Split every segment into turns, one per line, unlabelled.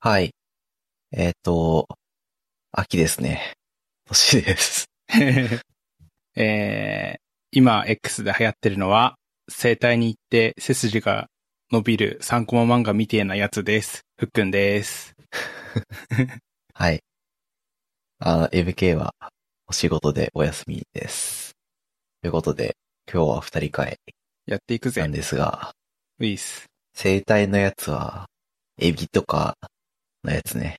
はい。えっ、と、秋ですね。 年です。
えー、今 X で流行ってるのは、生体に行って背筋が伸びる3コマ漫画みてえなやつです。ふっくんです。
はい。あの、MK はお仕事でお休みです。ということで、今日は二人会。
やっていくぜ。
なんですが、
ウィス。
生体のやつは、エビとかのやつね。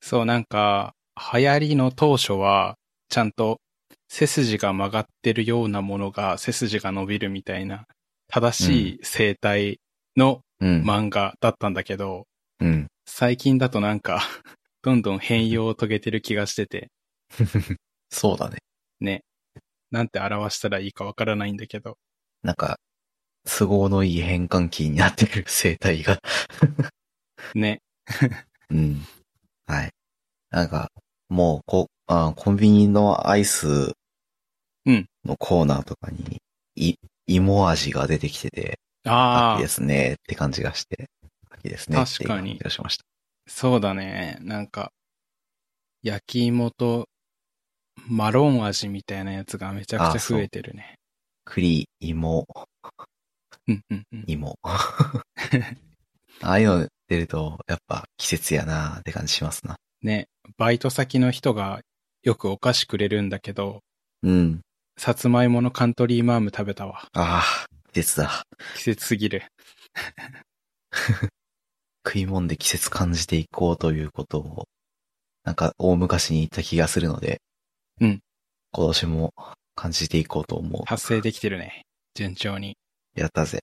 そう、なんか、流行りの当初は、ちゃんと背筋が曲がってるようなものが背筋が伸びるみたいな、正しい生態の漫画だったんだけど、
うんうん、
最近だとなんか どんどん変容を遂げてる気がしてて。
そうだね。
ね。なんて表したらいいかわからないんだけど。
なんか、都合のいい変換器になってる生態が
ね。
うん。はい。なんか、もう、こ、あコンビニのアイスのコーナーとかに、い、芋味が出てきてて、
ああ。
秋ですねって感じがして、秋ですねって感じがしました。
そうだね。なんか、焼き芋とマロン味みたいなやつがめちゃくちゃ増えてるね。
栗、芋。
うんうんうん。
芋。ああいうの出ると、やっぱ季節やなーって感じしますな。
ね、バイト先の人がよくお菓子くれるんだけど、
うん。
さつまいものカントリーマーム食べたわ。
ああ、季節だ。
季節すぎる。
食いもんで季節感じていこうということを、なんか大昔に言った気がするので、
うん。
今年も感じていこうと思う。
達成できてるね。順調に。
やったぜ。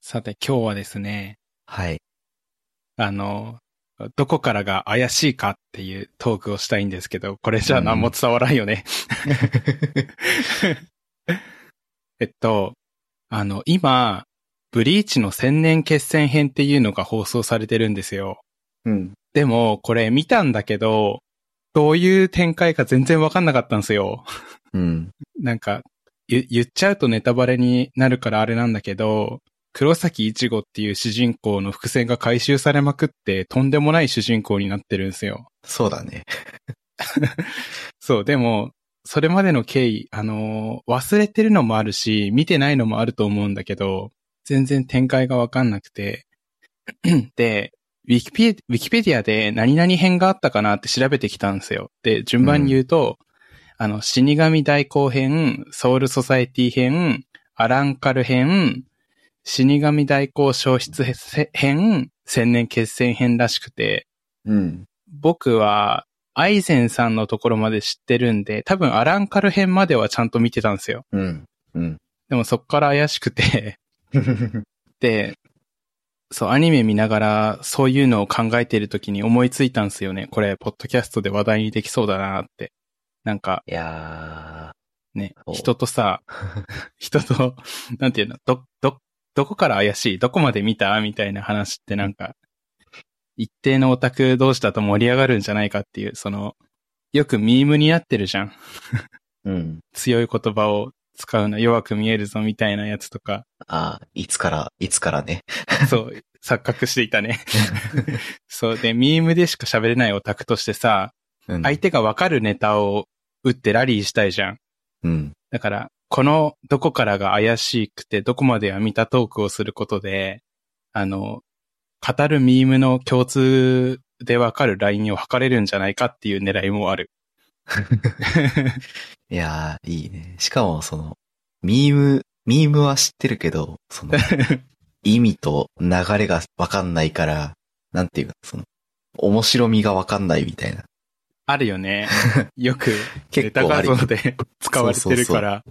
さて今日はですね。
はい。
あの、どこからが怪しいかっていうトークをしたいんですけど、これじゃ何も伝わらんよね。うん、えっと、あの、今、ブリーチの千年決戦編っていうのが放送されてるんですよ。
うん。
でも、これ見たんだけど、どういう展開か全然わかんなかったんです
よ。うん。
なんか、言っちゃうとネタバレになるからあれなんだけど、黒崎一護っていう主人公の伏線が回収されまくって、とんでもない主人公になってるんですよ。
そうだね。
そう、でも、それまでの経緯、あのー、忘れてるのもあるし、見てないのもあると思うんだけど、全然展開がわかんなくて。 で、ウィキペディ、ウィキペディアで何々編があったかなって調べてきたんですよ。で、順番に言うと、うん、あの、死神代行編、ソウルソサエティ編、アランカル編、死神代行消失編、千年決戦編らしくて、
うん、
僕は、アイゼンさんのところまで知ってるんで、多分アランカル編まではちゃんと見てたんですよ。
うん。うん。
でもそっから怪しくて で、そう、アニメ見ながら、そういうのを考えている時に思いついたんですよね。これ、ポッドキャストで話題にできそうだなって。なんか。
いや
ー。ね、人とさ、 人と、なんていうの、ど、どどこから怪しいどこまで見たみたいな話ってなんか、一定のオタク同士だと盛り上がるんじゃないかっていう、その、よくミームになってるじゃん。
うん。
強い言葉を使うの弱く見えるぞみたいなやつとか。
ああ、いつから、いつから ね。
そう、錯覚していたね。 そうで、ミームでしか喋れないオタクとしてさ、うん、相手がわかるネタを打ってラリーしたいじゃん。
うん。
だから、このどこからが怪しくてどこまでは見たトークをすることで、あの、語るミームの共通でわかるラインを測れるんじゃないかっていう狙いもあ る。
いやー、いいね。しかもその、ミーム、ミームは知ってるけど、その、意味と流れがわかんないから、なんていうか、その、面白みがわかんないみたいな。
あるよ ね。よく、ネタ画像で使われてるから、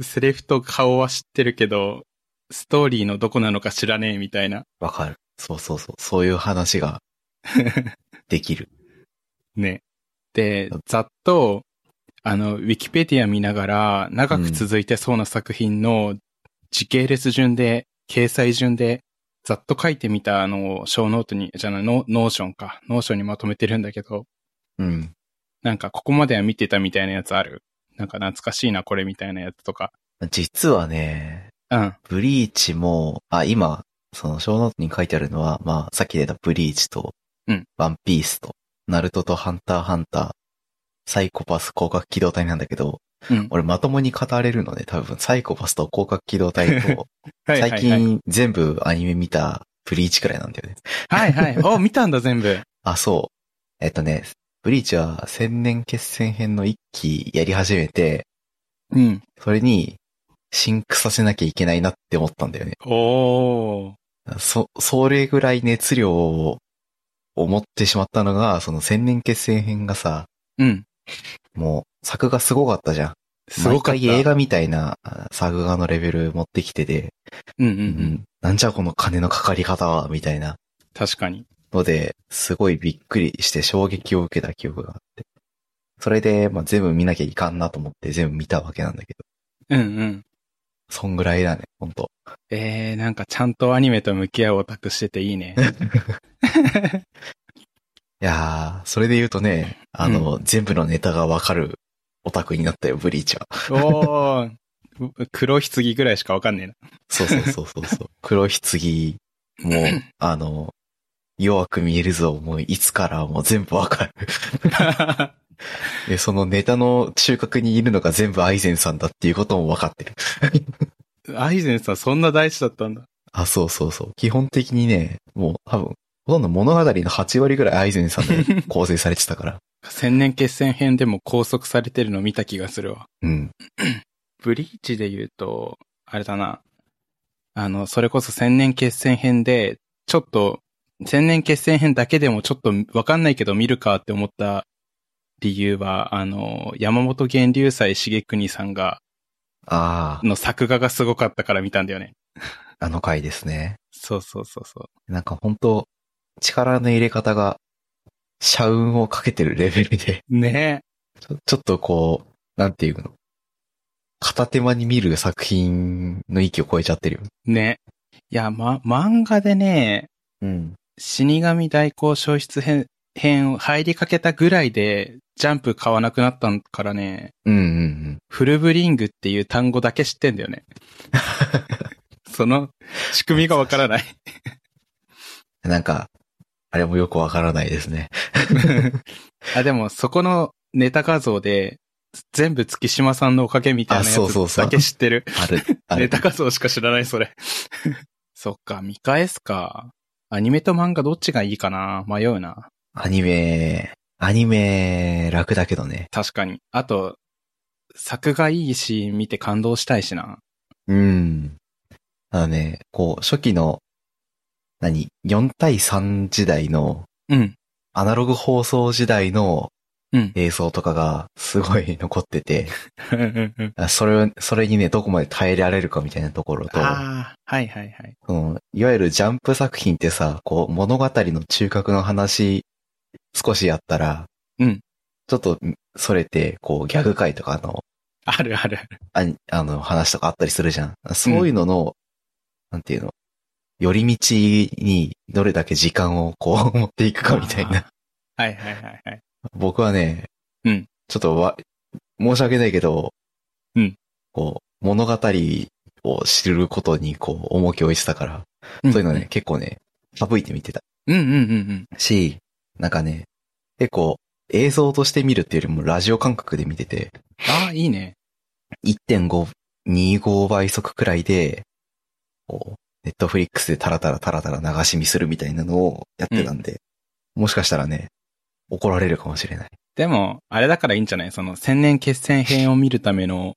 セリフと顔は知ってるけど、ストーリーのどこなのか知らねえみたいな。
わかる。そうそうそう。そういう話が、できる。
ね。で、ざっと、あの、ウィキペディア見ながら、長く続いてそうな作品の時系列順で、うん、掲載順で、ざっと書いてみたあの、小ノートに、じゃない、ノーションか。ノーションにまとめてるんだけど、
うん。
なんか、ここまでは見てたみたいなやつあるなんか懐かしいな、これみたいなやつとか。
実はね、
うん。
ブリーチも、あ、今、その小ノートに書いてあるのは、まあ、さっき出たブリーチと、
うん
ワンピースと、ナルトとハンターハンター、サイコパス広角機動隊なんだけど、
うん
俺まともに語れるので、多分サイコパスと広角機動隊と、
はいは
最
いはい。
近全部アニメ見たブリーチくらいなんだよね。
はいはい。 お、見たんだ全部。
あ、そう。えっとね、ブリーチは千年決戦編の一期やり始めて、
うん。
それに、シンクさせなきゃいけないなって思ったんだよね。
おー。
そ、それぐらい熱量を思ってしまったのが、その千年決戦編がさ、
うん。
もう作画すごかったじゃん。
すごかっ
毎回映
た。
画みたいなあ作画のレベル持ってきてて、
うんうんう。
うんんなんじゃこの金のかかり方は、みたいな
確かに。
ので、すごいびっくりして衝撃を受けた記憶があって。それで、まあ、全部見なきゃいかんなと思って全部見たわけなんだけど、
うんうん。
そんぐらいだね、ほんと。
えー、なんかちゃんとアニメと向き合うオタクしてていいね。
いやー、それで言うとね、あの、全部のネタがわかるオタクになったよ、ブリーチは。
おー。う黒ひつぎぐらいしかわかんねえな。
そうそうそうそうそう。黒ひつぎ も、あの、弱く見えるぞ、もういつからもう全部わかる。 で、そのネタの中核にいるのが全部アイゼンさんだっていうこともわかってる。
アイゼンさんそんな大事だったんだ。
あ、そうそうそう。基本的にね、もう多分、ほとんど物語の8割ぐらいアイゼンさんで構成されてたから。
千年決戦編でも拘束されてるの見た気がするわ。
うん。
ブリーチで言うと、あれだな。あの、それこそ千年決戦編で、ちょっと、千年決戦編だけでもちょっとわかんないけど見るかって思った理由は、あの、山本源流祭茂国さんが、
あ
の作画がすごかったから見たんだよね。
あ、あの回ですね。
そうそうそうそう。
なんか本当力の入れ方が、社運をかけてるレベルで、
ね
ちょちょっとこう、なんていうの。片手間に見る作品の域を超えちゃってるよ。
え、ねえ。いや、ま、漫画でね、
うん。
死神代行消失編、編を入りかけたぐらいで、ジャンプ買わなくなったからね、
うんうんうん。
フルブリングっていう単語だけ知ってんだよ ね。その仕組みがわからない。
なんか、あれもよくわからないですね。
あ、でもそこのネタ画像で、全部月島さんのおかげみたいな
あそうそう
やつ
そう
だけ知ってる。
ある、あ
ネ
る。
タ画像しか知らない、それ。 そっか、見返すか。アニメと漫画どっちがいいかな迷うな。
アニメ、アニメ、楽だけどね。
確かに。あと、作がいいし、見て感動したいしな。
うん。あのね、こう、初期の、何 ?4 対3時代の、
うん。
アナログ放送時代の
うん。
映像とかがすごい残ってて、
あ
あそれ、それにね、どこまで耐えられるかみたいなところと、
あー、はいはいはい。
そのいわゆるジャンプ作品ってさ、こう、物語の中核の話、少しやったら、
うん
ちょっと、それて、こう、ギャグ界とかの、
あるあるある。
ああの、話とかあったりするじゃん。そういうのの、なんていうの、寄り道にどれだけ時間をこう持っていくかみたいな。
あー。はいはいはいはい。
僕はね、
うん
ちょっとわ、申し訳ないけど、
うん
こう、物語を知ることにこう、重きを置いてたから、そういうのね、。結構ね、省いて見てた
うんうんうんうん。
し、なんかね、結構、映像として見るっていうよりもラジオ感覚で見てて、
ああ、いいね。
1.5、25倍速くらいで、こう、ネットフリックスでタラタラタラタラ流し見するみたいなのをやってたんで、もしかしたらね、怒られるかもしれない。
でも、あれだからいいんじゃないその、千年決戦編を見るための、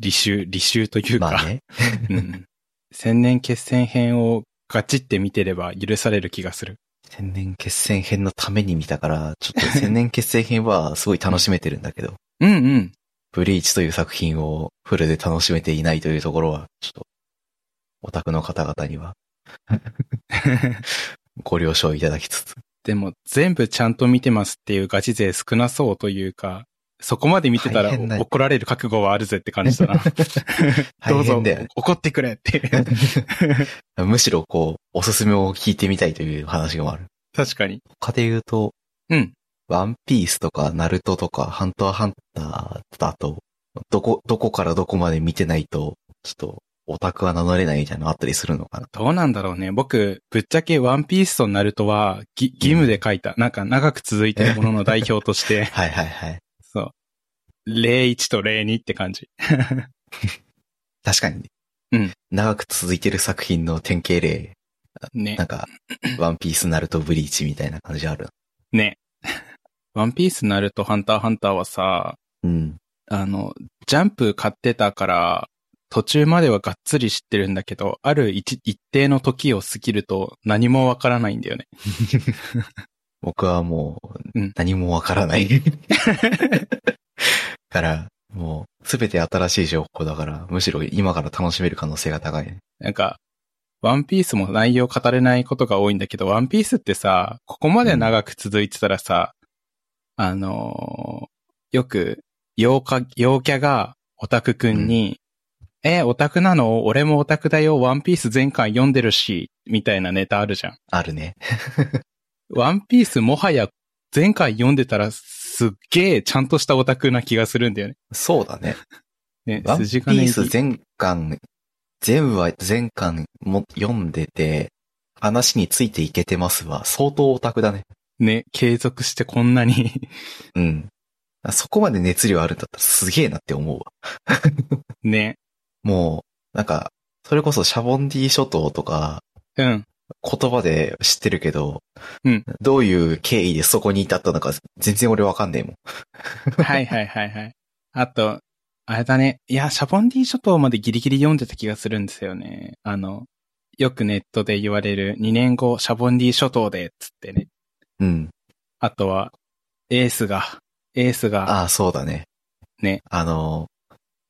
履修、履修というか、
まあね。
うん千年決戦編をガチって見てれば許される気がする。
千年決戦編のために見たから、ちょっと千年決戦編はすごい楽しめてるんだけど、
うんうん。
ブリーチという作品をフルで楽しめていないというところは、ちょっと、オタクの方々に はご了承いただきつつ。
でも、全部ちゃんと見てますっていうガチ勢少なそうというか、そこまで見てたら
大変だよ
怒られる覚悟はあるぜって感じだ な。どう
大
ぞ
変だ よね、
怒ってくれって。
むしろこう、おすすめを聞いてみたいという話がある。
確かに。
他で言うと、
うん。
ワンピースとか、ナルトとか、ハンターハンターだと、どこ、どこからどこまで見てないと、ちょっと、オタクは名乗れないみたいなのあったりするのかな。
どうなんだろうね。僕、ぶっちゃけワンピースとナルトは、ぎ義務で書いた、なんか長く続いてるものの代表と して、
はいはいはい。
そう。01と02って感じ。
確かにね。
うん。
長く続いてる作品の典型例、
ね
な。んか、ワンピース、ナルト、ブリーチみたいな感じあるな。
ね。ワンピース、ナルト、ハンター、ハンターはさ、
うん。
あの、ジャンプ買ってたから、途中まではがっつり知ってるんだけど、ある一一定の時を過ぎると何もわからないんだよね。
僕はもう
うん、
何もわからない。から、もう、すべて新しい情報だから、むしろ今から楽しめる可能性が高いね。
なんか、ワンピースも内容語れないことが多いんだけど、ワンピースってさ、ここまで長く続いてたらさ、あのーよく、陽キャ、陽キャがオタクくんに、え、オタクなの俺もオタクだよ、ワンピース全巻読んでるし、みたいなネタあるじゃん。
あるね。
ワンピースもはや前回読んでたらすっげえちゃんとしたオタクな気がするんだよね。
そうだね。
ね、
ワンピ
筋金入
ー
り
ス全巻、全部は全巻も読んでて、話についていけてますは相当オタクだね。
ね、継続してこんなに
うん。そこまで熱量あるんだったらすげえなって思うわ。
ね、
もう、なんか、それこそシャボンディ諸島とか、
うん、
言葉で知ってるけど、
うん
どういう経緯でそこに至ったのか全然俺わかんねえもん。
はいはいはいはい。あと、あれだね、いや、シャボンディ諸島までギリギリ読んでた気がするんですよね。あの、よくネットで言われる2年後シャボンディ諸島で、つってね。
うん。
あとは、エースが、エースが、
ああ、そうだね。
ね。
あの、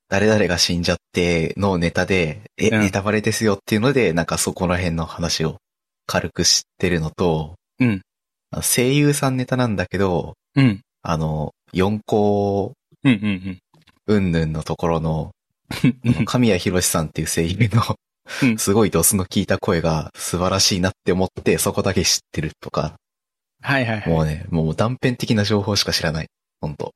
誰々が死んじゃってのネタで、え、
うん
ネタバレですよっていうので、なんかそこら辺の話を軽く知ってるのと、
うん
あの。声優さんネタなんだけど、
うん、
あの、四校
うんうん
うんぬんのところの、
うん。
神谷博さんっていう声優
う
の、
ん
すごいドスの効いた声が素晴らしいなって思って、そこだけ知ってるとか、
はいはいはい。
もうね、もう断片的な情報しか知らない。本当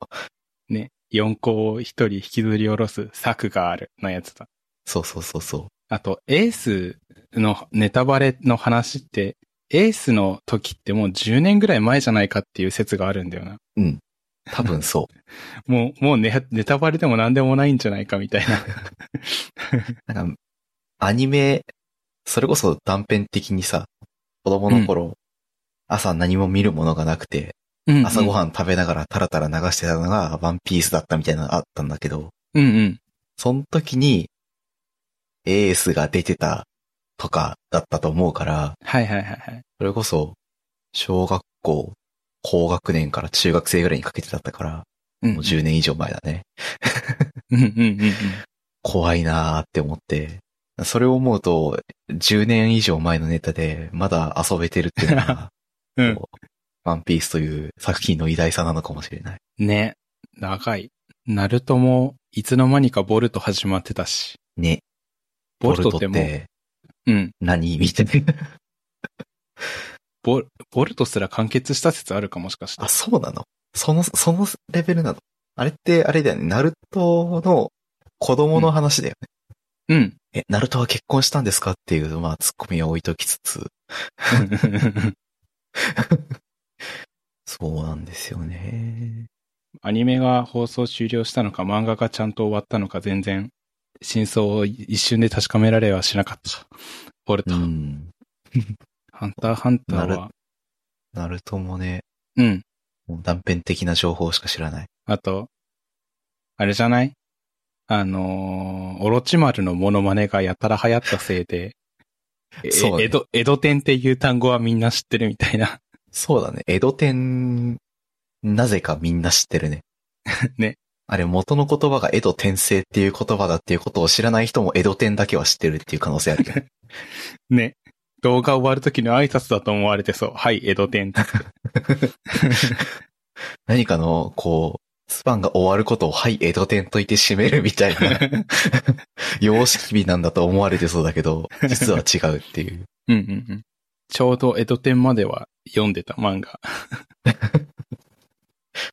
ね、4校を1人引きずり下ろす策があるのやつだ。
そうそうそうそう。
あと、エースのネタバレの話って、エースの時ってもう10年ぐらい前じゃないかっていう説があるんだよな。
多分そう。
もう、もうネネタバレでも何でもないんじゃないかみたいな。
なんか、アニメ、それこそ断片的にさ、子供の頃、朝何も見るものがなくて、
うん
朝ご
ん。
はん食べながらタラタラ流してたのがワンピースだったみたいなのあったんだけど、
うんうん。
その時に、エースが出てたとかだったと思うから、
はいはいはいはい。
それこそ、小学校、高学年から中学生ぐらいにかけてだったから、
うんうん
もう10年以上前だね。
うんうんうんうん。
怖いなーって思って、それを思うと、10年以上前のネタで、まだ遊べてるっていうの が、
うん
こうワンピースという作品の偉大さなのかもしれない。
ね。長い。ナルトも、いつの間にかボルト始まってたし。
ね。
ボルトってもう、うん。
何みたいな。
ボボルトすら完結した説あるかもしかして
あ、。そうなのその、そのレベルなのあれって、あれだよね。ナルトの子供の話だよね。
うん。
え、ナルトは結婚したんですかっていう、まあ、ツッコミは置いときつつ、そうなんですよね。
アニメが放送終了したのか、漫画がちゃんと終わったのか、全然、真相を一瞬で確かめられはしなかった。ボル
う
ト。
ん。
ハンターハンター
な
は、
ナルトもね、
うん。
もう断片的な情報しか知らない。
あと、あれじゃないあのーオロチマルのモノマネがやたら流行ったせいで、え
そうね
江戸、江戸天っていう単語はみんな知ってるみたいな。。
そうだね。江戸天、なぜかみんな知ってるね
ね。
あれ、元の言葉が江戸天生っていう言葉だっていうことを知らない人も江戸天だけは知ってるっていう可能性あるけど。
ね。動画終わる時の挨拶だと思われてそう。はい、江 戸天。
何かの、こう、スパンが終わることを、はい、江戸天と言って締めるみたいな、 様式美なんだと思われてそうだけど、実は違うっていう。
うんうんうん。ちょうど江戸天までは読んでた漫画。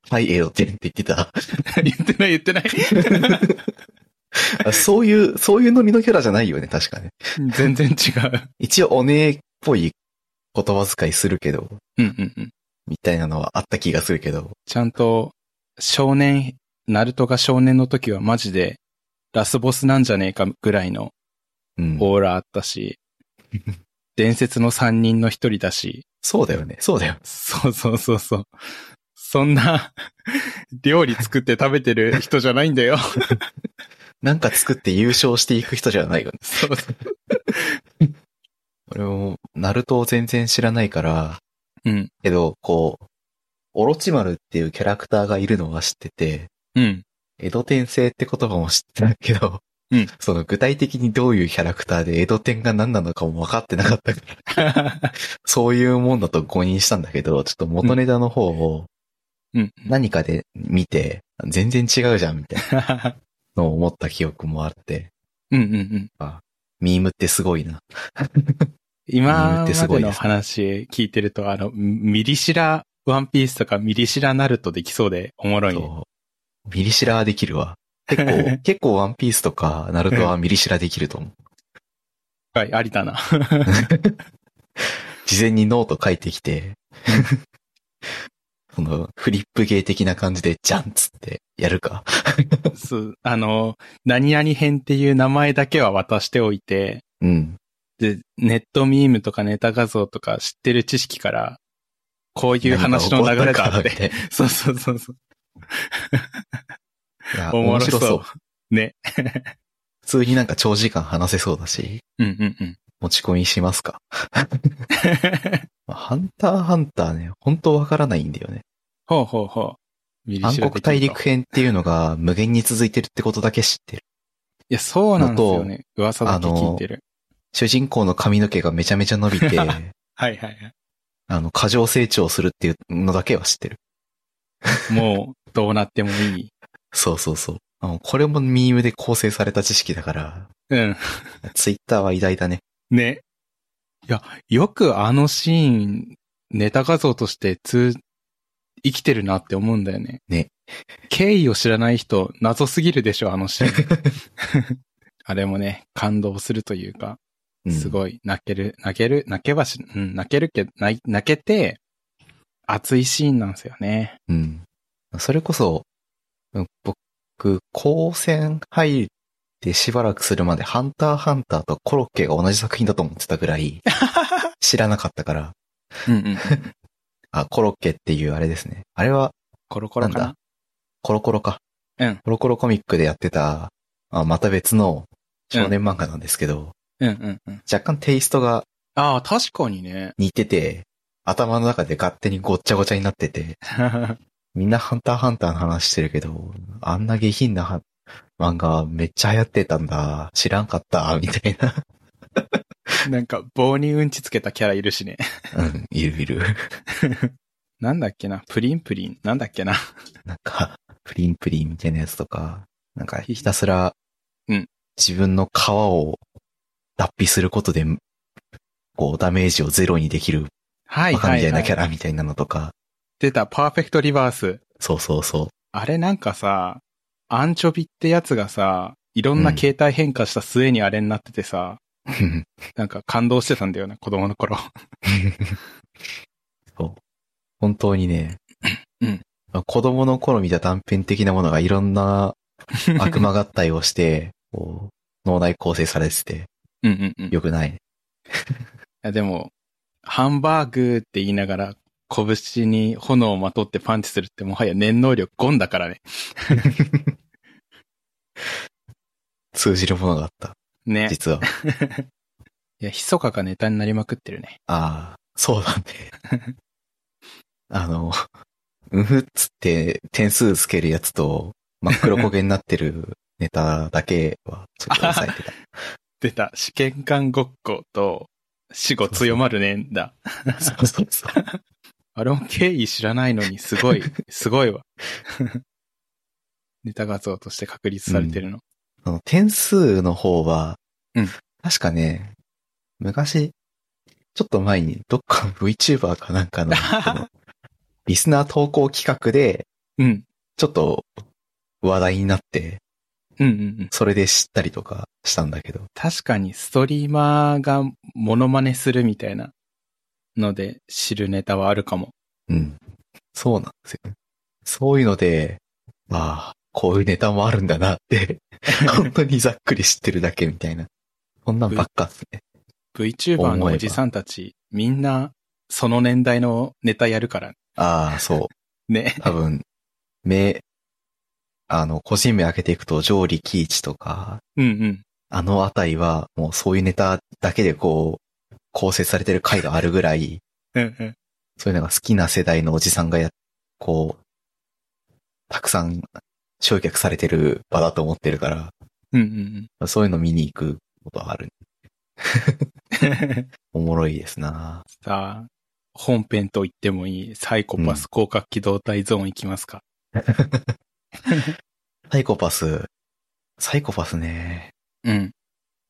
はい、江戸天って言ってた。
言ってない言ってない。
あそういう、そういうノリのキャラじゃないよね、確かね。
全然違う。
一応おねえっぽい言葉遣いするけど、
うんうんうん。
みたいなのはあった気がするけど、
ちゃんと、少年、ナルトが少年の時はマジで、ラスボスなんじゃねえかぐらいの
うん。
オーラあった し、伝説の三人の一人だし、
そうだよね、そうだよ。
そうそうそうそう。そんな、料理作って食べてる人じゃないんだよ。
なんか作って優勝していく人じゃないよね。
そうそう。
俺も、ナルトを全然知らないから、
うん。
けど、こう、オロチマルっていうキャラクターがいるのは知ってて、
うん。
江戸天聖って言葉も知ってたけど、
うん
その具体的にどういうキャラクターで江戸天が何なのかも分かってなかったから、そういうもんだと誤認したんだけど、ちょっと元ネタの方を
うん。
何かで見て、全然違うじゃんみたいなのを思った記憶もあって、
うんうんうん。
ミームってすごいな。
今
うん
ま
ってすご
で
い
の
です
話聞いてると、あの、ミリシラワンピースとかミリシラナルトできそうでおもろいね。
そうミリシラできるわ。結 構、結構ワンピースとかナルトはミリシラできると思う。
はい、ありだな。
事前にノート書いてきて、 その、フリップゲー的な感じで、ジャンっつってやるか。
そう、あの、何々編っていう名前だけは渡しておいて、
うん。
で、ネットミームとかネタ画像とか知ってる知識から、こういう話の流
何
れだ
か起こ
っ
ったかみ
て。
たいな
そうそうそうそう。
い や、
おも
面
ろそ
白
う
そう。
ね。
普通になんか長時間話せそうだし、
うんうんうん。
持ち込みしますか。まあハンターハンターね、本当わからないんだよね。
ほうほうほう。ミ
暗
シラ
黒
的にと
大陸編っていうのが無限に続いてるってことだけ知ってる。
いや、そうなんですよね。噂だけ聞いてる。
主人公の髪の毛がめちゃめちゃ伸び て、あ
はいはいはい。
の、過剰成長するっていうのだけは知ってる。
もう、どうなってもいい。
そうそうそう。あのこれもミームで構成された知識だから、
うん。
ツイッターは偉大だね。
ね。いや、よくあのシーン、ネタ画像として通、生きてるなって思うんだよね。
ね。
経緯を知らない人、謎すぎるでしょ、あのシーン。 あれもね、感動するというか、
うん
すごい、泣ける、泣ける、泣けばし、うん、泣けるけど、泣い泣けて、熱いシーンなんですよね。
うん。それこそ、うん僕、高専入ってしばらくするまで、ハンターハンターとコロッケが同じ作品だと思ってたぐら い、知らなかったから、
うんうん。
あ、コロッケっていうあれですね。あれは、
コロコロかな
なんコロコロか。
うん
コロコロコミックでやってた、あまた別の少年漫画なんですけど、
うんうんうん。
若干テイストが
ああ、確かに ね。
似てて、頭の中で勝手にごっちゃごちゃになってて、みんなハンターハンターの話してるけど、あんな下品なは漫画めっちゃ流行ってたんだ。知らんかった、みたいな。
なんか、棒にうんちつけたキャラいるしね。
うん、いるいる。
なんだっけな、プリンプリン、なんだっけな。
なんか、プリンプリンみたいなやつとか、なんかひたすら、
うん
自分の皮を脱皮することで、こう、ダメージをゼロにできる
はい
バカ
は
みた
い、
い
は
なキャ
い。
ラみたいなのとか、
出た、パーフェクトリバース。
そうそうそう。
あれなんかさ、アンチョビってやつがさ、いろんな形態変化した末にあれになっててさ、なんか感動してたんだよね、子供の頃。
そう。本当にね、
うん
子供の頃見た断片的なものがいろん な悪魔合体をして、こう、脳内構成されてて、
うんうん うん。い
良くない。
やでも、ハンバーグって言いながら、拳に炎をまとってパンチするってもはや念能力ゴンだからね。
通じるものがあった、
ね。
実は。
いや、ひそかがネタになりまくってるね。
ああ、そうだね。 あの、うんふっつって点数つけるやつと、真っ黒焦げになってるネタだけは、ちょっと抑えて た。
出た、試験官ごっこと、死後強まるねんだ。
そうそうそう。
あれも経緯知らないのに、す ごい、すごいわ。ネタ画像として確立されてるの。
あの点数の方は、
うん
確かね、昔、ちょっと前に、どっかの VTuber かなん かの、そのリスナー投稿企画で、
うん。
ちょっと話題になって、
うんうんうん。
それで知ったりとかしたんだけど。
確かにストリーマーがモノマネするみたいなので知るネタはあるか も。
うん。そうなんですよね。そういうので、ああ、こういうネタもあるんだな って、本当にざっくり知ってるだけみたいな。こんなんばっかっすね。
VTuber のおじさんたち、みんなその年代のネタやるから
ああ、そう。
ね。
多分、目、あの、個人名開けていくと、上理喜一とか、
うんうん。
あのあたりは、もうそういうネタだけでこう、構成されてる回があるぐらい、
うんうん。
そういうのが好きな世代のおじさんがや、こう、たくさん焼却されてる場だと思ってるか
うんうん
ら、そういうの見に行くことはある。
うん。
おもろいですな
さあ、本編と言ってもいいサイコパス広角機動隊ゾーンいきますか。
サイコパス、サイコパスね。
うん。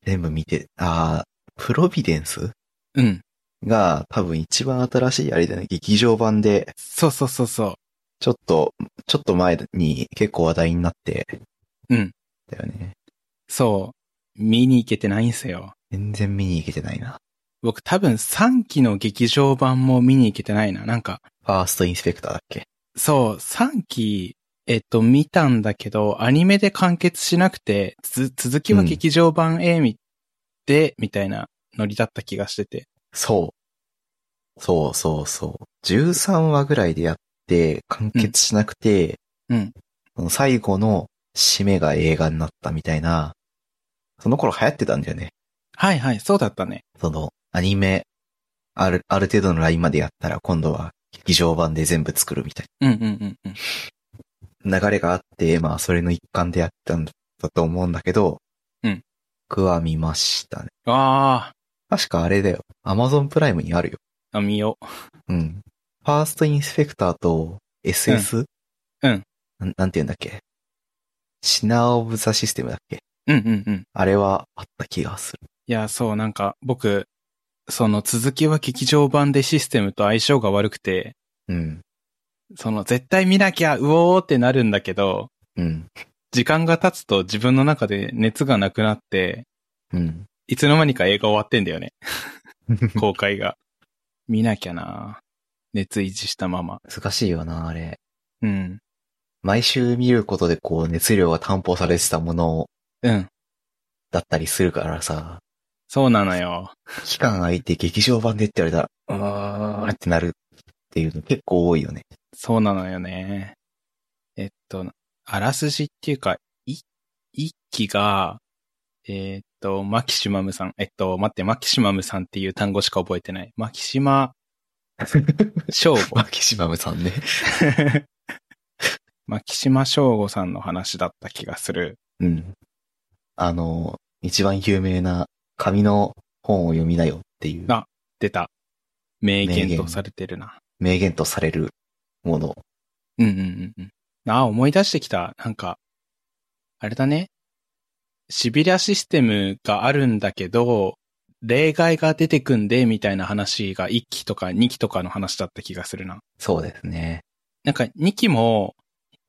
全部見て、あープロビデンス
うん。
が多分一番新しいあれだね、劇場版で、
そうそうそうそ
ちょっと、ちょっと前に結構話題になって、
う。うん。
だよね。
そう。見に行けてないんすよ。
全然見に行けてないな。
僕多分3期の劇場版も見に行けてないな。なんか、
ファーストインスペクターだっけ
そう、3期、えっと、見たんだけど、アニメで完結しなくて、つ続きは劇場版 A 見て、みたいなノリだった気がしてて。
そう。そうそうそう。13話ぐらいでやって、完結しなくて、
うん
その最後の締めが映画になったみたいな、その頃流行ってたんだよね。
はいはい、そうだったね。
その、アニメ、ある、ある程度のラインまでやったら、今度は劇場版で全部作るみたい
うんうんうんうん。
な流れがあって、まあ、それの一環でやったんだと思うんだけど、
うん。
僕は見ましたね。
あ
確かあれだよ。アマゾンプライムにあるよ。
ー、あ見よ
うん。ファーストインスペクターと SS?
うん
なん。なんて言うんだっけシナオブザシステムだっけ
う。うんうんうん。
あれはあった気がする。
いや、そう、なんか、僕、その続きは劇場版でシステムと相性が悪くて、
うん。
その絶対見なきゃ、うおーってなるんだけど、
うん。
時間が経つと自分の中で熱がなくなって、
うん。
いつの間にか映画終わってんだよね。公開が。見なきゃな熱維持したまま。
難しいよな、あれ。
うん。
毎週見ることでこう熱量が担保されてたもの
うん。
だったりするからさ、
そうなのよ。
期間空いて劇場版でって言われたら、あーってなるっていうの結構多いよ ね。
そうなのよね。えっと、あらすじっていうか、い、一期が、えっと、マキシマムさん、えっと、待って、マキシマムさんっていう単語しか覚えてない。マキシマ、正 吾。
マキシマムさんね。
マキシマ正吾さんの話だった気がする。
うん。あの、一番有名な紙の本を読みなよっていう
あ出た。名
名
言
言
とされてるな。
名言とされるもの。
うんうんうんうん。あ、思い出してきた。なんか、あれだね。シビリアシステムがあるんだけど、例外が出てくんで、みたいな話が1期とか2期とかの話だった気がするな。
そうですね。
なんか2期も、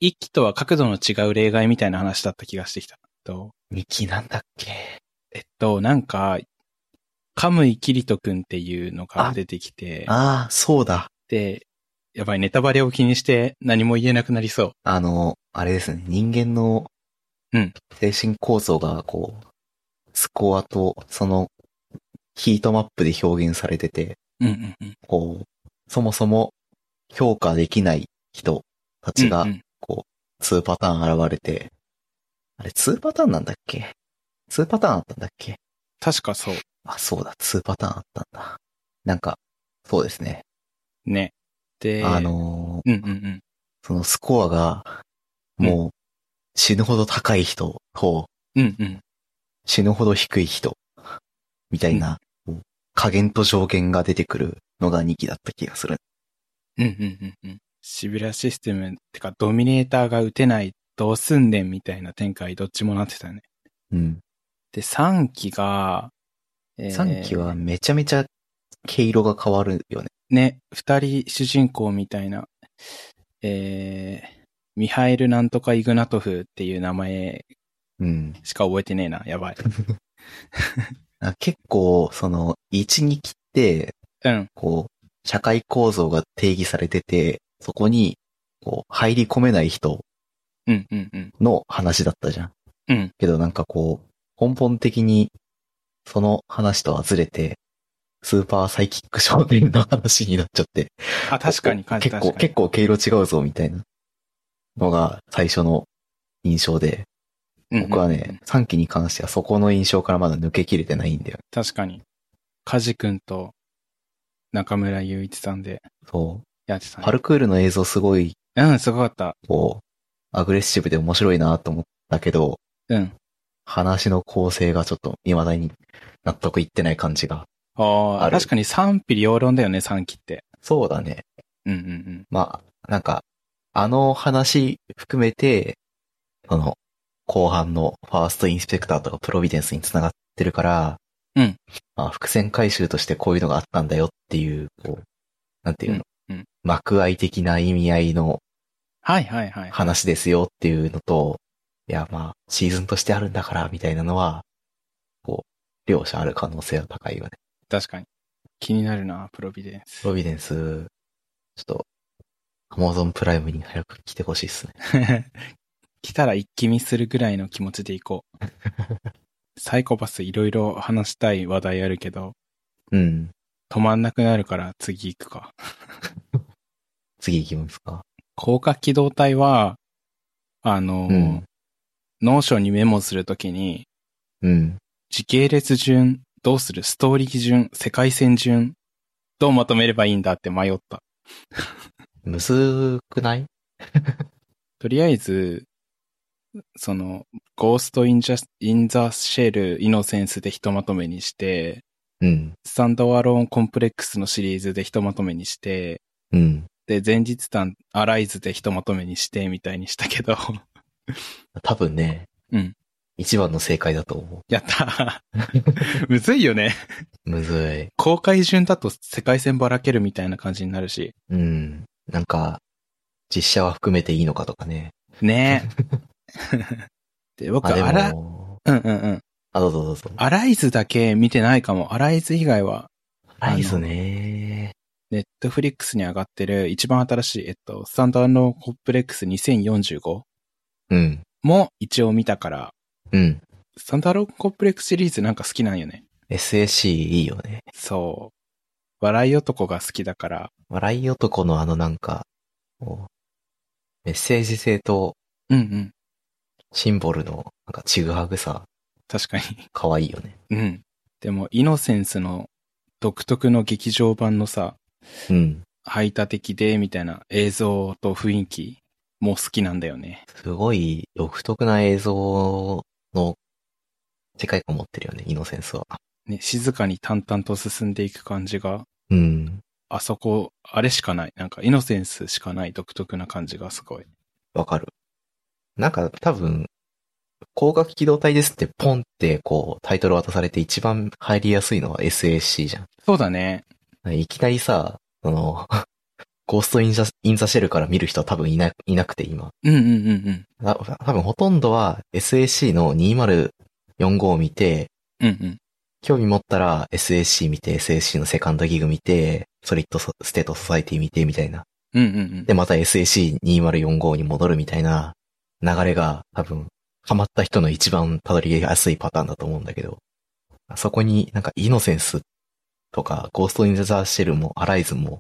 1期とは角度の違う例外みたいな話だった気がしてきた。と
日記なんだっけ
えっと、なんか、カムイキリトくんっていうのが出てきて、
ああ、そうだ。
で、やばい、ネタバレを気にして何も言えなくなりそう。
あの、あれですね。人間の
うん
精神構造がこう、スコアとそのヒートマップで表現されてて、
うんうんうん。
こう、そもそも評価できない人たちが
うんうん
こう、2パターン現れて、あれ2パターンなんだっけ ?2 パターンあったんだっけ
確かそう。
あ、そうだ、2パターンあったんだ。なんか、そうですね。
ね。で、
あ、のー
うんうんうん。
そのスコアが、もう、死ぬほど高い人と、
うんうん。
死ぬほど低い人、みたいな、こう加減と上限が出てくるのが2期だった気がする。
うんうんうんうん。シビラシステムってか、ドミネーターが打てない、どうすんねんみたいな展開、どっちもなってたよね。
うん。
で、3期が、えー
3期はめちゃめちゃ毛色が変わるよね。
ね、二人主人公みたいな、えー、ミハエルなんとかイグナトフっていう名前
うん。
しか覚えてねえな。やばい。
あ結構、その、1、2期って、
うん。
こう、社会構造が定義されてて、そこに、こう、入り込めない人
うん、うん、うん。
の話だったじゃん。
うん。
けどなんかこう、根本的に、その話とはずれて、スーパーサイキック少年の話になっちゃって。
あ、確かに、確
結
か
構、
に。
結構毛色違うぞ、みたいなのが最初の印象で、
うん
僕はね、
うんうん
3期に関してはそこの印象からまだ抜けきれてないんだよ。
確かに。カジ君と中村雄一さんで
そう。
やってたね
パルクールの映像すごい、
うん、すごかった。
こう、アグレッシブで面白いなと思ったけど、
うん。
話の構成がちょっと未だに納得いってない感じが。
ああ、
ある
確かに賛否両論だよね、3期って。
そうだね。
うんうんうん。
まあ、なんか、あの話含めて、その、後半のファーストインスペクターとかプロビデンスに繋がってるから、
うん。
まあ、伏線回収としてこういうのがあったんだよっていう、こう、なんていうの、
うんうん
幕開的な意味合いの
はいはいはい。
話ですよっていうのと、いや、まあ、シーズンとしてあるんだから、みたいなのは、こう、両者ある可能性は高いよね。
確かに。気になるな、プロビデンス
プ。ロビデンス、ちょっと、アマゾンプライムに早く来てほしいっすね。
来たら一気見するぐらいの気持ちで行こう。 サイコパスいろいろ話したい話題あるけど、
うん。
止まんなくなるから次行くか。
次行きますか。
高架機動隊は、あの、
うん
ノーションにメモするときに、
うん。
時系列順、どうするストーリー順、世界線順、どうまとめればいいんだって迷った。
むずくない
とりあえず、その、ゴースト・イン・ジャインザ・シェル・イノセンスでひとまとめにして、
うん。
スタンド・アローン・コンプレックスのシリーズでひとまとめにして、
うん。
で、前日談、アライズでひとまとめにして、みたいにしたけど、
多分ね。
うん。
一番の正解だと思
や ったーむずいよね。
う。むず
公開順だと世界線ばらけるみたいな感じになるし。
い。うん。なんか、実写は含めていいのかとかね。
ねえ。で、僕、
あ、で
アラ、
も、
うんうんうん。
あ、どうぞどうぞ。
アライズだけ見てないかも。アライズ以外は、
ライズね。
ネットフリックスに上がってる一番新しい、えっと、スタンダードコンプレックス2045
うん。
も一応見たから、
うん。
スタンダードコンプレックスシリーズなんか好きなんよね。
SAC いいよね。
そう。笑い男が好きだから、
笑い男のあのなんか、こうメッセージ性と
うんうん。
シンボルのなんかちぐはぐさ、
確かに。
可愛いよね。
うん。でも、イノセンスの独特の劇場版のさ、
うん。
排他的で、みたいな映像と雰囲気も好きなんだよね。
すごい独特な映像の世界観を持ってるよね、イノセンスは。
ね、静かに淡々と進んでいく感じが、
うん。
あそこ、あれしかない。なんか、イノセンスしかない独特な感じがすごい。
わかる。なんか多分、光学機動隊ですってポンってこうタイトル渡されて一番入りやすいのは SAC じゃ
そうだね。
ん。いきなりさ、あの、ゴーストインザインザシェルから見る人は多分いないなくて今。
うんうんうんうん。
な多分ほとんどは SAC の2045を見て、
うんうん。
興味持ったら SAC 見て、SAC のセカンドギグ見て、ソリッドソステートソサイティ見てみたいな。
うんうんうん
で、。また SAC2045 に戻るみたいな流れが多分、ハマった人の一番たどりやすいパターンだと思うんだけど、そこになんかイノセンスとか、ゴーストインザシェルもアライズも、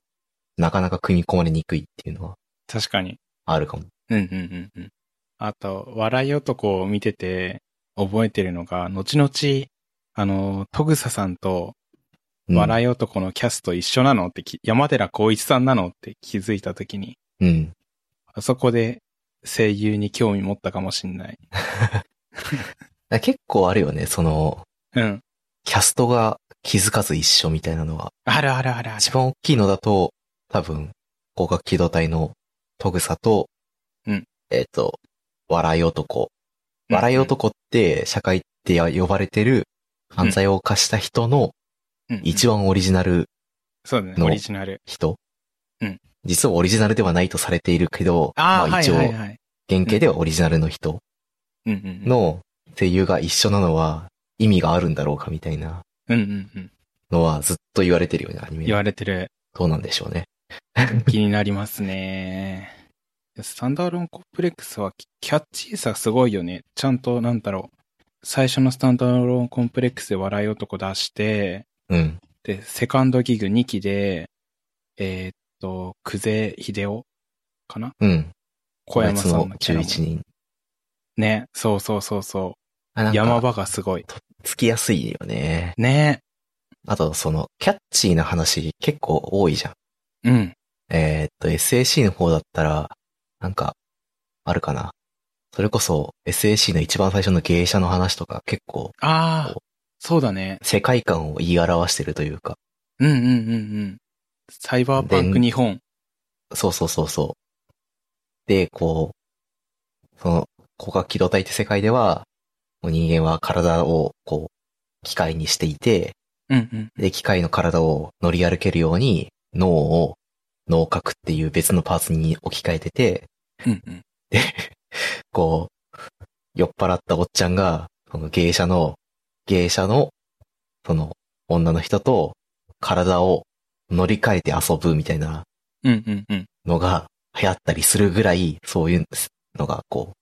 なかなか組み込まれにくいっていうのは
確かに。
あるかも。
うんうんうんうん。あと、笑い男を見てて覚えてるのが、後々、あの、トグサさんと
うん、
笑い男のキャスト一緒なのってき、山寺宏一さんなのって気づいたときに、
うん。
あそこで声優に興味持ったかもしんない。
だから結構あるよね、その、
うん。
キャストが気づかず一緒みたいなのは。
あるあるあるあ
一
る。
番大きいのだと、多分、広角機動隊のトグサと、
うん
えっ、と、笑い男。
うん
笑い男って、社会って呼ばれてる犯罪を犯した人の
うんうん
一番オリジナル
そうだね、
の
オリジナル。
人。
うん
実はオリジナルではないとされているけど、
ああ、
まあ
はい
一応、
はい
原
はい。
型ではオリジナルの人
うんうんうん。
の声優が一緒なのは意味があるんだろうかみたいな
うんうんうん。
のはずっと言われてるよね、アニメ。
言われてる。
どうなんでしょうね。
気になりますね。スタンダードロンコンプレックスはキキャッチーさすごいよね。ちゃんとなんだろう。最初のスタンダードロンコンプレックスで笑い男出して、
うん。
で、セカンドギグ2期で、えーっと、久世秀夫かな
うん。
小山さん
の
のキ
11
ャラも
人。
ね、そうそうそうそ
あ、なん
う。山
か、
場がすごい。
つきやすいよね。
ね。
あと、その、キャッチーな話結構多いじゃん。
うん。
えーっと、SAC の方だったら、なんか、あるかな。それこそ、SAC の一番最初の芸者の話とか結構、
ああ、そうだね。
世界観を言い表してるというか、
うんうんうんうん。サイバーパンク日本。
そうそうそうそう。で、こう、その、古楽機動隊って世界では、もう人間は体を、こう、機械にしていて、
うんうん。
で、機械の体を乗り歩けるように、脳を、脳核っていう別のパーツに置き換えてて、
うんうん。
こう、酔っ払ったおっちゃんが、その芸者の、芸者の、その、女の人と、体を乗り換えて遊ぶみたいな、
うんうんうん。
のが流行ったりするぐらい、そういうのがこ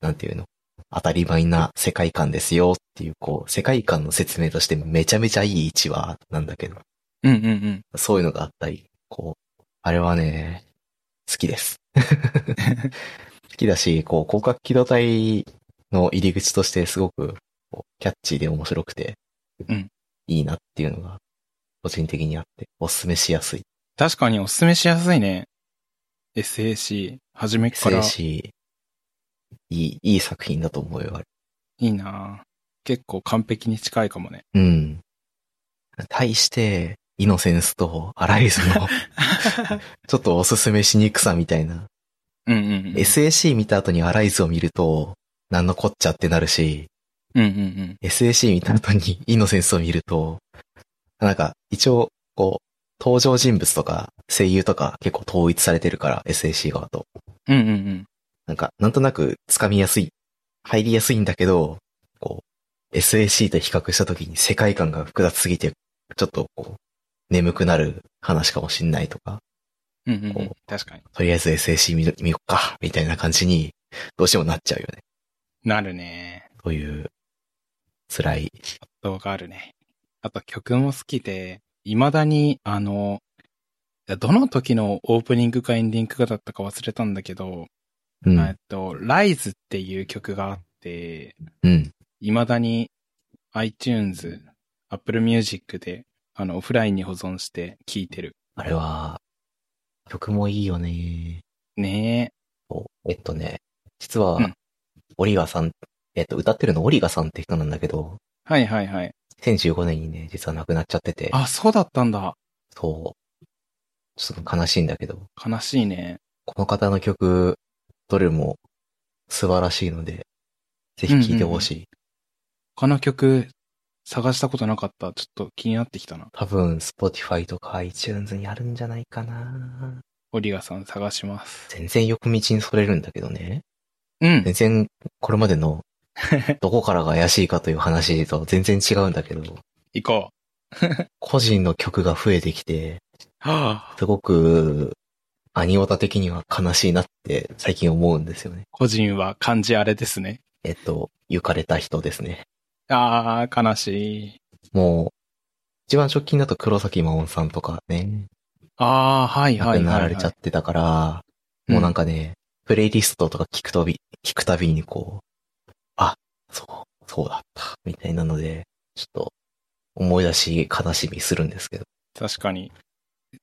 う、なんていうの、当たり前な世界観ですよっていう、こう、世界観の説明としてめちゃめちゃいい1話なんだけど、
うんうんうん。
そういうのがあったり、こう、あれはね、好き です。好きだし、こう、広角機動隊の入り口としてすごく、こうキャッチーで面白くて、
うん
いいなっていうのが、個人的にあって、おすすめしやすい。
確かにおすすめしやすいね。SAC、初めっから。
精し、いい、いい作品だと思うよ、あれ
いいなぁ結構完璧に近いかもね。
うん。対して、イノセンスとアライズ の、ちょっとおすすめしにくさみたいな。
うんうんうん。
SAC 見た後にアライズを見ると、なんのこっちゃってなるし、
うんうんうん。
SAC 見た後 にイノセンスを見ると、なんか、一応、こう、登場人物とか声優とか結構統一されてるから、SAC 側と。
うんうんうん。
なんか、なんとなく掴みやすい、入りやすいんだけど、こう、SAC と比較した時に世界観が複雑すぎて、ちょっとこう、眠くなる話かもしんないとか、
うんうんう
こ
ん。確かに。
とりあえず SAC 見る見よっか、みたいな感じに、どうしてもなっちゃうよね。
なるね。
という、辛い。
動画あるね。あと曲も好きで、未だに、あの、いやどの時のオープニングかエンディングかだったか忘れたんだけど、
うん。
えっと、ライズっていう曲があって、
うん。
未だに iTunes、Apple Music で、あの、オフラインに保存して聴いてる。
あれは、曲もいいよね。
ね
おえっとね、実は、
うん
オリガさん、えっと、歌ってるのオリガさんって人なんだけど、
え。はいはいはい。
2015年にね、実は亡くなっちゃってて。
あ、そうだったんだ。
そう。ちょっと悲しいんだけど、
悲しいね。
この方の曲、どれも素晴らしいので、ぜひ聴いてほしい。
他の曲、探したことなかった。ちょっと気になってきたな。
多分、Spotify とか iTunes にあるんじゃないかな
オリガさん探します。
全然横道にそれるんだけどね。
うん。
全然、これまで の、どこからが怪しいかという話と全然違うんだけど、
行こう。
個人の曲が増えてきて、
はあ、
すごく、アニオタ的には悲しいなって最近思うんですよね。
個人は漢字あれですね。
えっと、行かれた人ですね。
あー、悲しい。
もう、一番直近だと黒崎真音さんとかね、
あー、はいは
亡く
いはい、はい。
なられちゃってたから、もうなんかね、プレイリストとか聞くたび、聞くたびにこう、あ、そう、そうだった、みたいなので、ちょっと思い出し悲しみするんですけど、
確かに。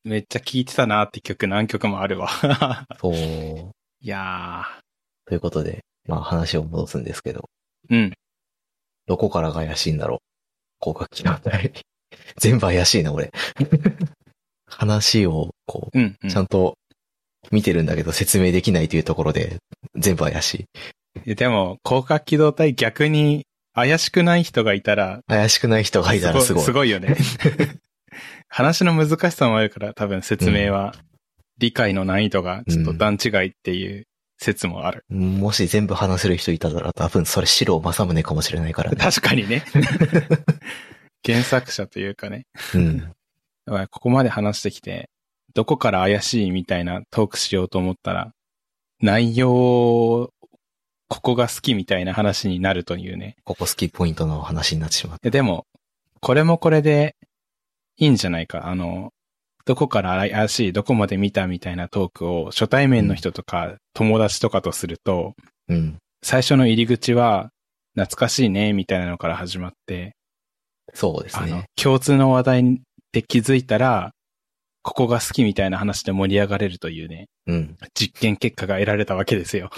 めっちゃ聴いてたなって曲何曲もあるわ。
そう、
いや
ということで、まあ話を戻すんですけど、
ー。うん。
どこからが怪しいんだろう広角機能体。全部怪しいな、俺。 話を、こう、
うん、うん。
ちゃんと見てるんだけど説明できないというところで、全部怪しい。
えでも、広角機動隊逆に怪しくない人がいたら、
怪しくない人がいたらすごい。
すごい よね。話の難しさもあるから、多分説明は、理解の難易度がちょっと段違いっていう説も ある。
もし全部話せる人いたら多分それ四郎正宗かもしれないからね。
確かにね。原作者というかね。
うん。
だからここまで話してきて、どこから怪しいみたいなトークしようと思ったら、内容、ここが好きみたいな話になるというね。
ここ好きポイントの話になってしまっ
いやでも、これもこれでいいんじゃないか。あの、どこから怪しい、どこまで見たみたいなトークを初対面の人とか友達とかとすると、
た。うん。
最初の入り口は懐かしいねみたいなのから始まって、
そうです
あの
ね。、
共通の話題って気づいたら、ここが好きみたいな話で盛り上がれるというね、
うん。
実験結果が得られたわけです よ。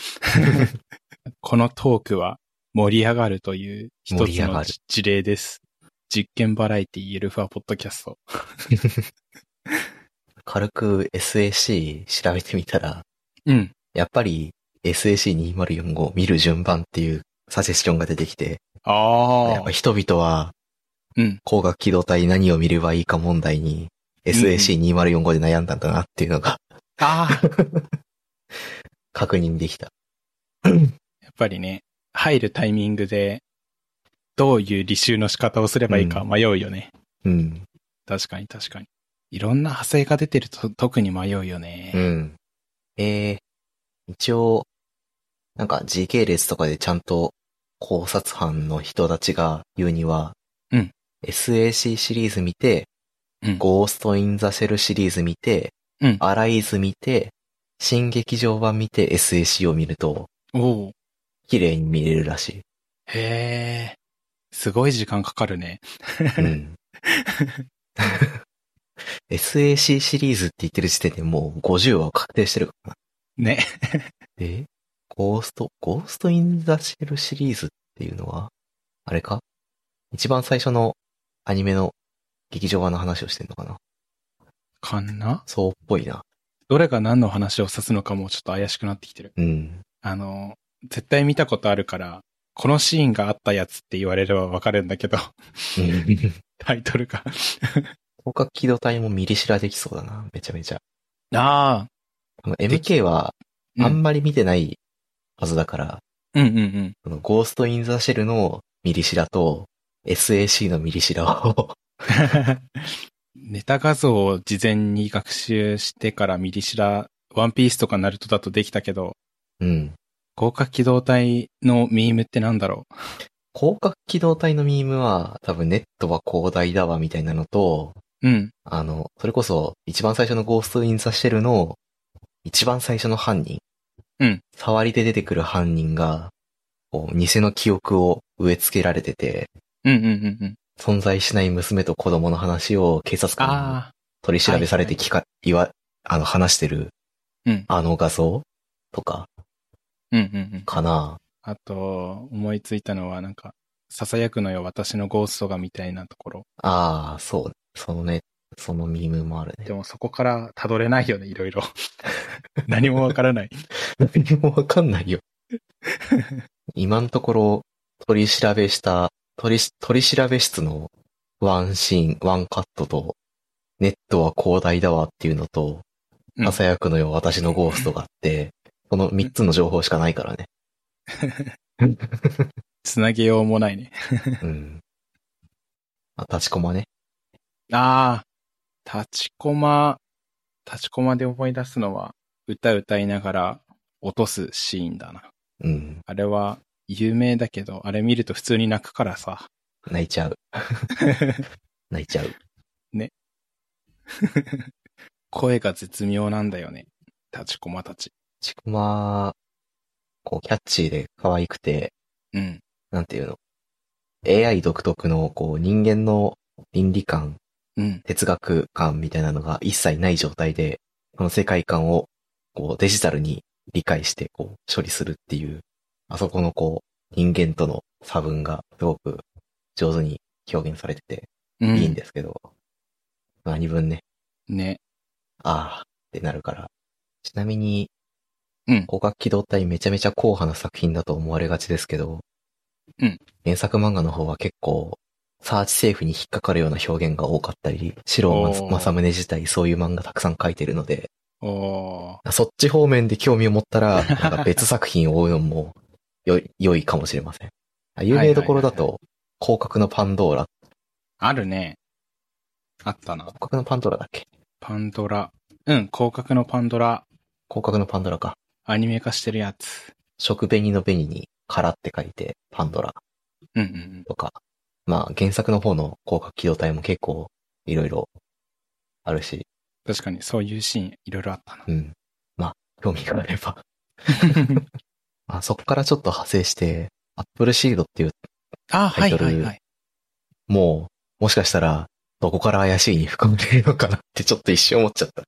このトークは盛り上がるという一
盛
つ
り上が
の
る
事例です。実験バラエティゆるふわポッドキャスト。
軽く SAC 調べてみたら、
うん。
やっぱり SAC2045 見る順番っていうサジェスションが出てきて、や
あ
っ
あ
ぱ。人々は
うん。
光学機動体何を見ればいいか問題に
ん
SAC2045 で悩んだんだなっていうのが
ああ。
確認できた。
やっぱりね、入るタイミングで、どういう履修の仕方をすればいいか迷うよね。
うん。
確かに確かに。いろんな派生が出てると特に迷うよね。
うん。えー、一応、なんか時系列とかでちゃんと考察班の人たちが言うには、
うん。
SAC シリーズ見て、
うん
ゴースト・イン・ザ・シェルシリーズ見て、
うん
アライズ見て、新劇場版見て SAC を見ると、
おお。
綺麗に見れるら し
へえ。すごい時間かかるね。
い。うん。SAC シリーズって言ってる時点でもう50話を確定してるからな。
ね。
で、ゴースト、ゴーストインザシェルシリーズっていうのは、あれか一番最初のアニメの劇場版の話をしてんのかな
かんな
そうっぽいな。
どれが何の話を指すのかもちょっと怪しくなってきてる。
うん。
あの、絶対見たことあるから、このシーンがあったやつって言われればわかるんだけど、 タイトルが。
広角機動隊もミリシラできそうだな。めちゃめちゃ。
ああ。
あの MK は
う
あん
ん、
まり見てないはずだから、
うんうんうん。
そのゴーストインザシェルのミリシラと SAC のミリシラを
ネタ画像を事前に学習してからミリシラ、ワンピースとかナルトだとできたけど、
うん。
合格機動隊のミームってなんだろ
広角機動隊のミームは多分ネットは広大だわみたいなのと、
ううん。
あの、それこそ、一番最初のゴースト・イン・ザ・シェルの、一番最初の犯人。
うん。
触りで出てくる犯人が、こう、偽の記憶を植え付けられてて、
うんうんうんうん。
存在しない娘と子供の話を警察官に
ああ。
取り調べされて聞か、言わ、あの、話してる、
うん
あの画像とか、
うんうんうん。
かな。
あと、思いついたのはなんか、ささやくのよ私のゴーストがみたいなところ。
ああ、そう。そのね、そのミームもあるね
で。もそこから辿れないよね、いろい ろ。何もわからない。
何もわかんないよ。今のところ、取り調べした、取りし、取り調べ室のワンシーン、ワンカットと、ネットは広大だわっていうのと、
うん
朝焼くのよ、私のゴーストがあって、この3つの情報しかないからね。
つなげようもないね。
うん。あ、立ちこまね。
ああ、立ちこま、立ちこまで思い出すのは、歌歌いながら落とすシーンだな。
うん。
あれは有名だけど、あれ見ると普通に泣くからさ。
泣いちゃう。泣いちゃう。
声が絶妙なんだよね。立ちこまたち。
立ちこま、こう、キャッチーで可愛くて、
うん。
なんていうの ?AI 独特の、こう、人間の倫理観、
うん。
哲学観みたいなのが一切ない状態で、この世界観を、こう、デジタルに理解して、こう、処理するっていう、あそこの、こう、人間との差分が、すごく上手に表現されてて、
うん、
いいんですけど、何分ね、
ね。
あーってなるから。ちなみに、
うん
広角機動隊めちゃめちゃ硬派な作品だと思われがちですけど、
うん
原作漫画の方は結構、サーチセーフに引っかかるような表現が多かったり、白
おー
正宗自体そういう漫画たくさん書いてるので、
おー
そっち方面で興味を持った ら、なんか別作品を追うのもよい、良いかもしれません。あ有名どころだ
は
と、広角のパンドーラ。
あるね。あったな。
広角のパンドーラだっけ
パンドラ。うん、広角のパンドラ。
広角のパンドラか。
アニメ化してるやつ。
食紅の紅に殻って書いて、パンドラ
うんうんうん。
とか。まあ、原作の方の広角機動隊も結構、いろいろ、あるし、
確かにそういうシーンいろいろあったな。
うん。まあ、興味があれば。 まあ、そこからちょっと派生して、アップルシードっていう、
あ、は
タイ
い
トル
はいはい。
もう、もしかしたら、どこから怪しいに含まれるのかなってちょっと一瞬思っちゃった。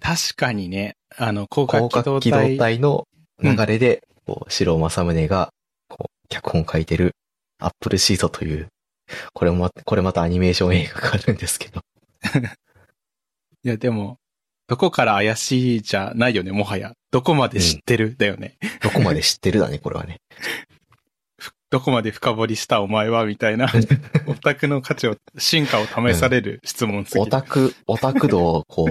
確かにね、あの、広角
広
機
角
動
機
隊
動隊の流れで、こう、白正宗が、こう、脚本書いてる、アップルシードという、これもま、これまたアニメーション映画があるんですけど、
いや、でも、どこから怪しいじゃないよね、もはや。どこまで知ってる、だよね。
どこまで知ってるだね、これはね。
どこまで深掘りしたお前は、みたい な、オタクの価値を、進化を試される質問すぎ
オ
る。
タク、オタク度を、こう、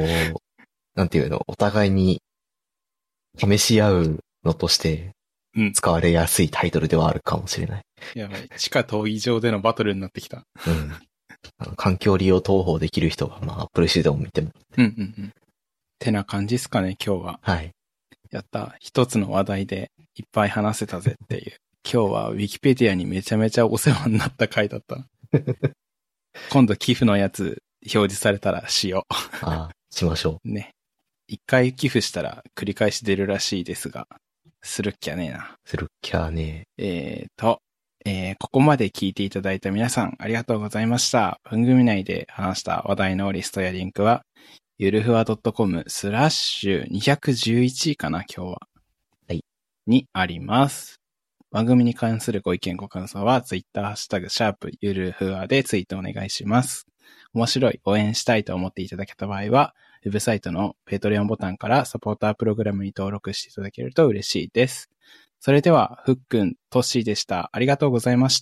なんていうの、お互いに、試し合うのとして
うん、
使われやすいタイトルではあるかもしれない。
やばい。地下闘技場でのバトルになってきた。
うん。あの環境利用投法できる人は、まあ、アップルシードを見ても、
うんうんうん。てな感じっすかね、今日は。
はい。
やった。一つの話題でいっぱい話せたぜっていう。今日は Wikipedia にめちゃめちゃお世話になった回だった。今度寄付のやつ表示されたらしよ
ああ、しましょう。
う。ね。一回寄付したら繰り返し出るらしいですが、するっきゃねえな。
するキャーね
えーと、えーここまで聞いていただいた皆さんありがとうございました。番組内で話した話題のリストやリンクは、ゆるふわ .com スラッシュ211かな、今日は。
はい。
にあります。番組に関するご意見、ご感想は、ツイッター、ハッシュタグ、シャープ、ゆるふわでツイートお願いします。面白い、応援したいと思っていただけた場合は、ウェブサイトのペトレオンボタンからサポータープログラムに登録していただけると嬉しいです。それでは、ふっくん、とっしーでした。ありがとうございまし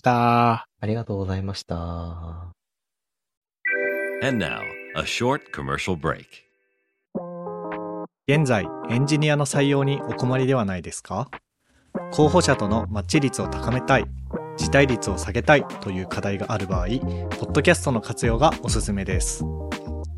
あ
た。
りがとうございました。
And now, a short commercial break.
現在エンジニアの採用にお困りではないですか候補者とのマッチ率を高めたい辞退率を下げたいという課題がある場合ポッドキャストの活用がおすすめです